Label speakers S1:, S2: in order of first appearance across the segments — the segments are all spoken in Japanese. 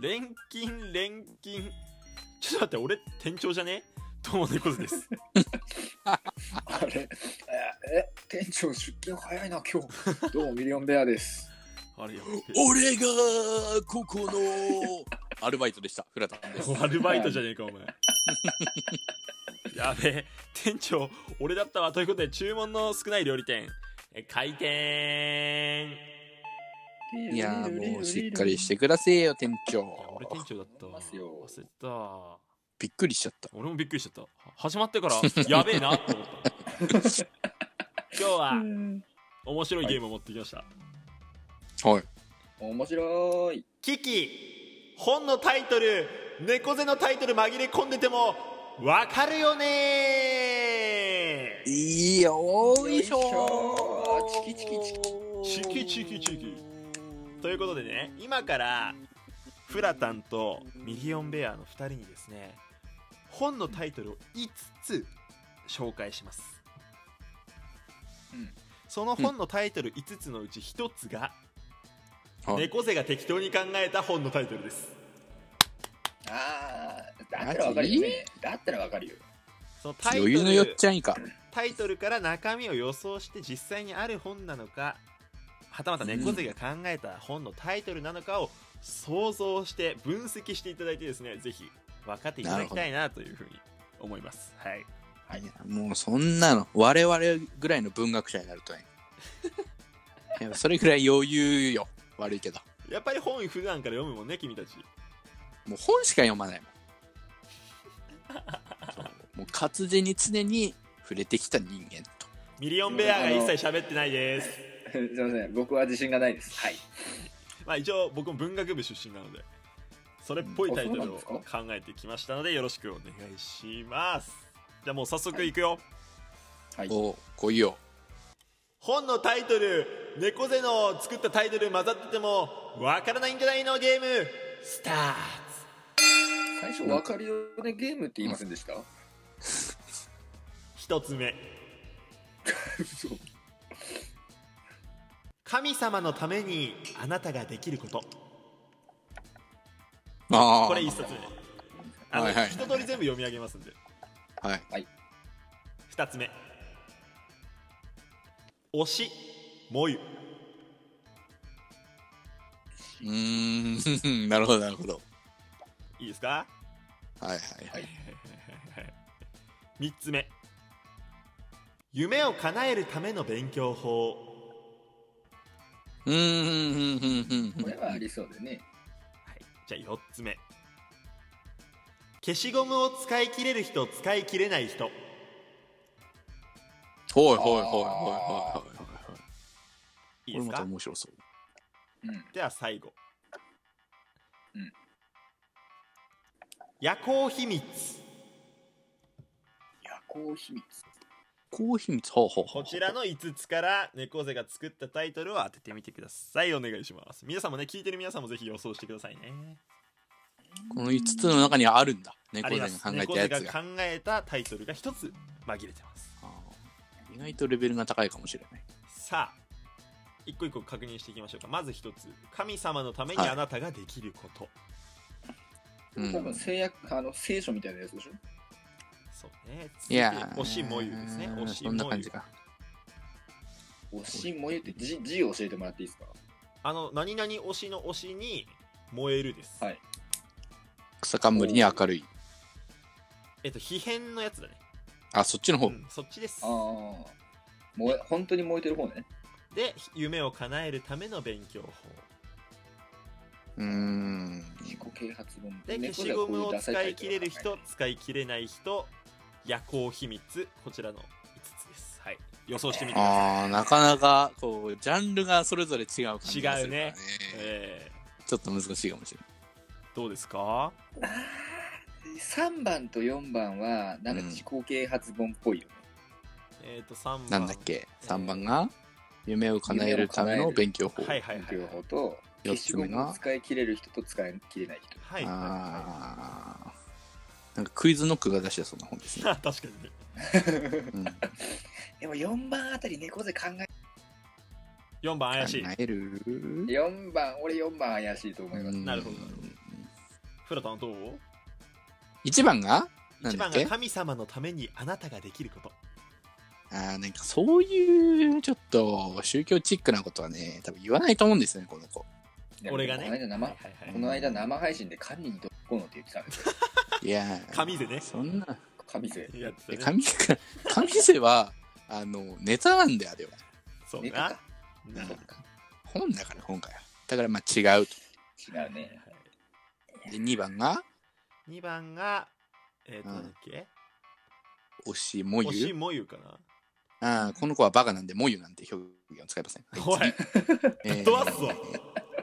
S1: 錬金、錬金。ちょっと待って、俺、店長じゃね友猫背です。
S2: あれ、え、え店長出勤早いな、今日。どうも、ミリオンベアです。
S1: あれよ。
S3: 俺がここ のアルバイトでした。フラタンです。
S1: アルバイトじゃねえか、お前。やべえ、店長、俺だったわ。ということで、注文の少ない料理店、え開店。
S3: いやーもうしっかりしてくだせえよ店
S1: いや
S3: 長
S1: 俺。店長だった
S2: 頼み
S1: わ。
S2: ますよ
S1: 忘れてた。
S3: びっくりしちゃった。
S1: 俺もびっくりしちゃった。は始まってから、やべえな、と思 った。今日は、面白いゲームを持ってきました。
S3: はい。
S2: 面白い。
S1: キキ本のタイトル猫背のタイトル紛れ込んでてもわかるよね
S3: いいよ
S2: ー
S3: ー
S2: よ
S3: い
S2: いし
S3: し
S2: ょ
S3: ょ
S2: ーチキチキチ
S1: キチキチキチキということでね今からフラタンとミリオンベアの2人にですね本のタイトルを5つ紹介します、
S2: うん
S1: その本のタイトル5つのうち1つが、
S3: はい
S1: 猫背が適当に考えた本のタイトルです
S2: ああ、だったらわかるよね。だったらわかるよ。
S1: そのタイト
S3: 余
S1: ル
S3: 裕のよっちゃん以下。
S1: タイトルから中身を予想して実際にある本なのかはたまた猫背が考えた本のタイトルなのかを想像して分析していただいてですねぜひ分かっていただきたいなというふうに思いますはい
S2: はい
S3: いやもうそんなの我々ぐらいの文学者になると ね。いやそれぐらい余裕よ。悪いけど。
S1: やっぱり本普段から読むもんね君たち
S3: もう本しか読まないもん。そうもう活字に常に触れてきた人間と。
S1: ミリオンベアが一切喋ってないです
S2: すいません、僕は自信がないです。はい。
S1: まあ一応僕も文学部出身なのでそれっぽいタイトルを
S2: あそう
S1: 考
S2: なんで
S1: えてきましたのでよろしくお願いしますじゃあもう早速いくよ、
S2: はい。
S3: おこういうよ。
S1: 本のタイトル猫背の作ったタイトル混ざっててもわからないんじゃないのゲームスター
S2: 最初、わかるよね、ゲームって言いませんでした
S1: ト一つ目
S2: 嘘。
S1: 神様のためにあなたができること
S3: ああ。
S1: これ一冊目あの、
S3: はいはい
S1: 一通り全部読み上げますんで
S3: はい。
S1: 二つ目推しもゆ
S3: うーん、 なるほど、なるほど。
S1: いいですか
S3: はいはいはい。
S1: 三つ目夢を叶えるための勉強法
S3: うーん、ふんふんふん
S2: これはありそうでね。
S1: はい、じゃあ4つ目消しゴムを使い切れる人使い切れない人
S3: ほいほいほいほいほいほい。
S1: いいで
S3: これ
S1: す
S3: また
S1: か
S3: 面白そう。
S2: うん。
S1: では最後、
S2: うん
S1: 夜行秘密
S2: 夜行秘密。
S3: コーヒー蜜、ほうほうほ
S1: こ
S3: う。
S1: ちらの5つから猫背が作ったタイトルを当ててみてくださいお願いします皆さんもね聞いてる皆さんもぜひ予想してくださいね
S3: この5つの中にあるんだ。
S1: あ
S3: 猫
S1: り
S3: 背
S1: ま
S3: が
S1: す
S3: 考え
S1: 猫
S3: た
S1: 背
S3: や
S1: が
S3: つ
S1: 考
S3: が。
S1: えたタイトルが1つ紛れてます
S3: あー意外とレベルが高いかもしれない。
S1: さあ一個一個確認していきましょうかまず1つ神様のためにあなたができること、
S3: う
S2: 多分
S3: ん。
S2: 制約、あの、聖書みたいなやつでしょ
S1: そうね。
S3: いやー、
S1: 推しもゆですね。推し
S3: そんな
S1: も
S3: 感
S1: ゆ
S3: じ。か。
S2: 推し燃えって字字を教えてもらっていいですか
S1: あの、何々推しの推しに、燃えるです。
S2: はい
S3: 草冠に明るい。
S1: えっと、秘変のやつだね。
S3: あ、そっちの
S1: う
S3: 方。
S1: ん、そっちです
S2: あ。あ燃え本当に燃えてる方ね
S1: で、夢を叶えるための勉強法。
S3: うーん。
S2: 自己啓発本
S1: で、消
S2: 猫
S1: し
S2: ではこ
S1: ゴ
S2: うい
S1: ム
S2: う
S1: を
S2: ダサ
S1: 使い
S2: いタイト
S1: 切
S2: ル
S1: れる人、使い切れない人、夜行秘密、こちらの5つです。はい。予想してみてください。
S3: ああ、なかなか、こう、ジャンルがそれぞれ違う感じがするから
S1: 違うねえ
S3: ちょっと難しいかもしれない。
S1: ー、どうですか
S2: 3番と4番はなんか
S3: うん
S2: 自己啓発本っぽいよね、
S1: えっ、と、3番。
S3: なんだっけ ?3 番が、夢を叶えるため
S2: 夢
S3: の
S2: を叶える
S3: 勉強法。
S1: はいはいはい。
S2: 両
S1: はい
S2: 方と消
S3: 四
S2: し
S3: つ
S2: ゴ
S3: 目が
S2: ムを使い切れる人と使い切れない人
S1: はいは
S3: あーなんかクイズノックが出したそうな本です
S1: い。
S3: ね。
S1: はい、確かにね。
S3: うん、
S2: でも4番あたり猫背考
S1: 4番怪しい。
S3: 叶える
S2: え4番俺4番怪しいと思います、
S1: なるほどなるほ
S3: ど。
S1: フラタンどう
S3: 一番がなん
S1: 一
S3: だ
S1: 番
S3: っ
S1: が
S3: け
S1: 神様のためにあなたができること
S3: あーなんかそういうちょっと宗教チックなことはね、多分言わないと思うんですよね、この子。
S1: 俺がね
S2: この間生、
S1: はいはいはい
S2: この間生配信で神にどうこうのって言ってたんですよ。
S3: いやー、
S1: 神でね
S3: そんな、
S2: 神勢。
S1: やってた
S3: え
S1: ね
S3: 神、神 世は、あの、ネタなんだよ、あれは。
S1: そう
S2: 猫
S1: な
S2: か。
S1: な
S2: そっか
S3: 本だから、本から。だから、まあ違うと。
S2: 違うね。
S3: で、2番が、
S1: 2番がえっ、と、
S3: うん
S1: なんだっけ
S3: 推しも
S1: 推し
S3: ゆ。
S1: もゆかな
S3: あーこの子はバカなんで、もゆなんて表現を使いません。
S1: おい
S3: え
S1: 飛ばすぞ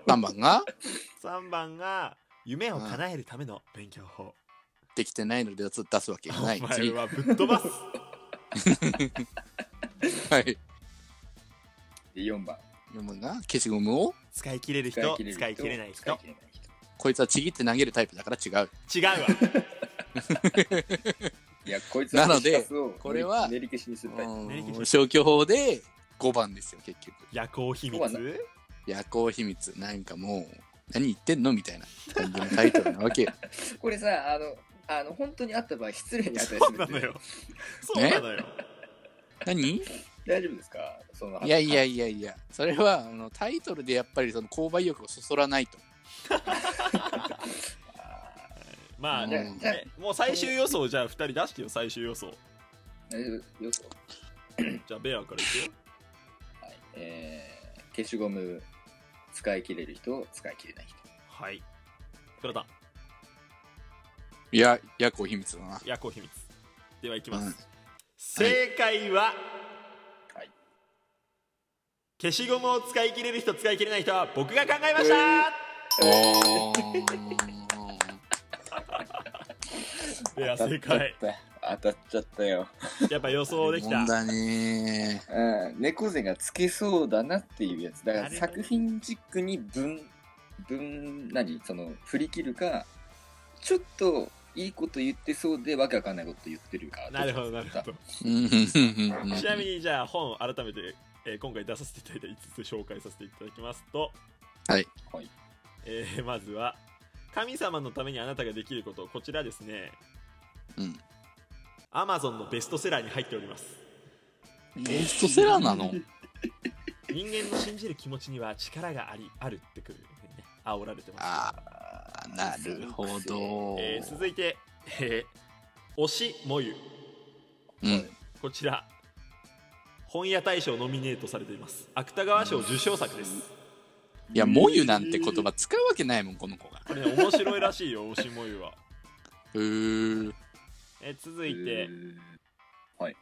S3: 3番が、
S1: 3番が夢を叶えるための勉強法
S3: できてないので出す出すわけがない
S1: お。前
S3: 次。
S1: はぶっ飛ばす
S3: はい。
S2: で、4番。
S3: 4番が、消しゴムを、
S1: 使い切れる人
S2: 使い
S1: 使
S2: 切れ
S1: い
S2: る人。
S1: 切れない人
S2: 使い切れない人
S3: こいつはちぎって投げるタイプだから違う。
S1: 違うわ
S2: いや、こいつは
S3: なので
S2: 消しカスを
S3: これは
S2: 練り消しにするタイプ。
S1: 練り消
S3: う
S1: し
S3: ん消去法で5番ですよ結局
S1: 夜行秘密
S2: そうは
S3: 夜行秘密なんかもう何言ってんのみたいな感じのタイトルなわけよ
S2: これさ、あの、あの本当にあった場合、失礼にあったり
S1: そう
S2: する
S1: なん
S2: で
S1: のよそうなのよ
S3: 何い
S2: 大丈夫ですかその
S3: やいや
S2: い
S3: いやいやそれはあのタイトルでやっぱりその購買意欲をそそらないと
S1: まあ
S3: じゃあ
S1: ね
S2: じゃ
S1: もう最終予想じゃあ2人出してよ最終予想
S2: 大丈夫よ
S1: じゃあベアからいくよ
S2: はいえー、消しゴム使い切れる人使い切れない人
S1: はい黒田
S3: いや夜行秘密だな
S1: 夜行秘密ではいきます、
S3: うん
S1: 正解は、
S2: はい
S1: 消しゴムを使い切れる人使い切れない人は僕が考えました、
S3: お ー
S1: いや正解
S2: 当たっちゃった当たっちゃったよ、
S1: やっぱ予想できた
S3: 問だね
S2: うん、猫背がつけそうだなっていうやつだか
S1: な
S2: ら
S1: るほど
S2: 作品チックに分分何その振り切るかちょっといいこと言ってそうでわけわかんないこと言ってるか
S1: なるほどなるほ
S3: うん
S1: どちなみにじゃあ本を改めて、えー今回出させていただいた5つ紹介させていただきますと
S3: はい
S2: はい
S1: えーまずは神様のためにあなたができることこちらですね
S3: うん
S1: アマゾンのベストセラーに入っております
S3: ベストセラーなの
S1: 人間の信じる気持ちには力がありあるってくるね煽られてます
S3: あーなるほど、
S1: えー続いて、えー、推しもゆ
S3: うん
S1: こちら本屋大賞ノミネートされています芥川賞受賞作です
S3: いや、もゆなんて言葉使うわけないもん、この子が。
S1: これね面白いらしいよ推しもゆは、
S3: うー。
S1: えー続いて
S2: はい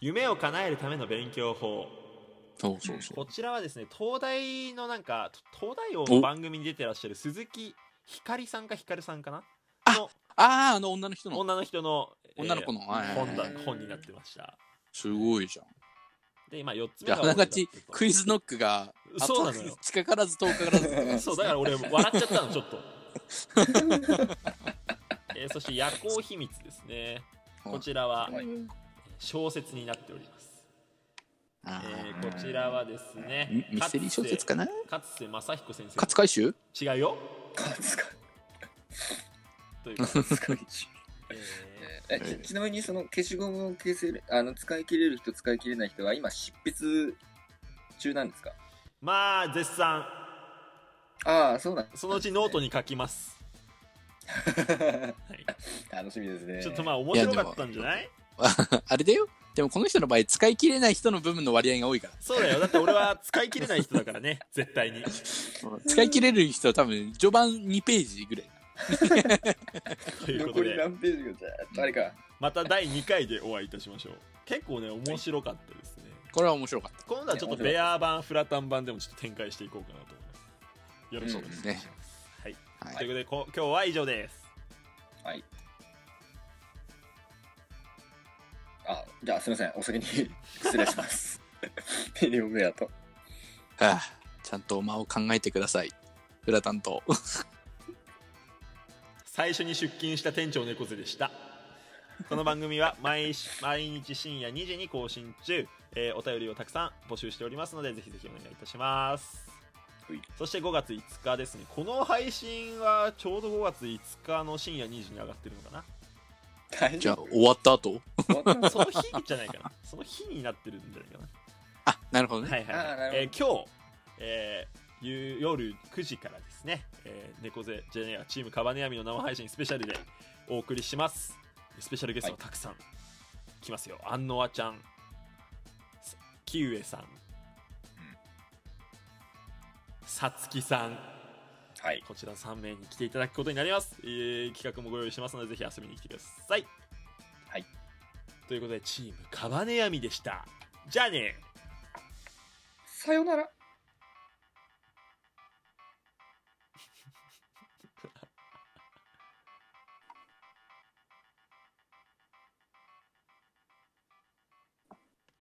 S1: 夢を叶えるための勉強法
S3: そうそうそ
S1: こ
S3: う。
S1: ちらはですね東大のなんか東大王の番組に出てらっしゃる鈴木ひかりさんかひかるさんかなの
S3: あー、あの女の人の。
S1: 女の人の、えー
S3: 女の子の。はいはいはい
S1: 本だ本になってました
S3: すごいじゃん。
S1: で今4つ目
S3: で、
S1: が
S3: あながち
S1: 俺だったと
S3: クイズノックが、
S1: そうなのよ
S3: 後近からず遠からず。
S1: そうだから俺笑っちゃったのちょ っとえーそして夜行秘密ですねこちらは
S2: はい
S1: 小説になっております、
S3: あ
S1: え
S3: ー
S1: ーこちらはですね
S3: ミミステリー小説かな
S1: 勝瀬勝瀬正彦先
S3: 勝海舟
S1: 生違うよ
S2: 使
S1: というか、
S2: い
S1: えー
S2: えちちなみにその消しゴムを消せるあの使い切れる人使い切れない人は今執筆中なんですか
S1: まあ絶賛
S2: ああそうなん
S1: そのうちノートに書きます、はい、
S2: 楽しみですね
S1: ちょっとまあ面白かったんじゃない
S3: あれだよ。でもこの人の場合、使い切れない人の部分の割合が多いから。
S1: そうだよだって俺は使い切れない人だからね絶対 に
S3: 使い切れる人は多分、序盤2ページぐらい。
S1: ということ
S2: 残り
S1: で
S2: 何ページかじゃあ誰か
S1: また第2回でお会いいたしましょう結構ね面白かったですね
S3: これは面白かっ
S1: 今度はちょっとベアー版フラタン版でもちょっと展開していこうかなと思いますよろしくお願いします、
S3: うんね
S1: はい、
S3: た。は
S1: という
S3: い。
S1: ことでこ今日は以上です
S2: はいあじゃあすいませんお先に失礼しますミリオンベアと
S3: あーちゃんと間を考えてください。裏担 当。
S1: 最初に出勤した店長猫背でしたこの番組は 毎し毎日深夜2時に更新中、えーお便りをたくさん募集しておりますのでぜひぜひお願いいたします
S2: はい
S1: そして5月5日ですねこの配信はちょうど5月5日の深夜2時に上がってるのかな
S2: 大
S3: じゃ
S2: 丈
S3: あ
S2: 夫
S3: 終わった後
S2: 終わった
S1: その日じゃないかな。その日になってるんじゃないか
S3: あなるほど
S1: な。は
S3: ね、
S1: いはい
S2: あーな
S1: はい。え
S2: る
S1: ー今日、えー夕夜9時からですね、えー猫背ジェネアチームカバネアミの生配信スペシャルでお送りします。スペシャルゲストがたくさん来ますよ。アンノアちゃん、さキウエさん、さつきさん、
S2: はい
S1: こちら3名に来ていただくことになります、えー企画もご用意しますのでぜひ遊びに来てください
S2: はい
S1: ということでチームカバネヤミでしたじゃあね
S2: さよなら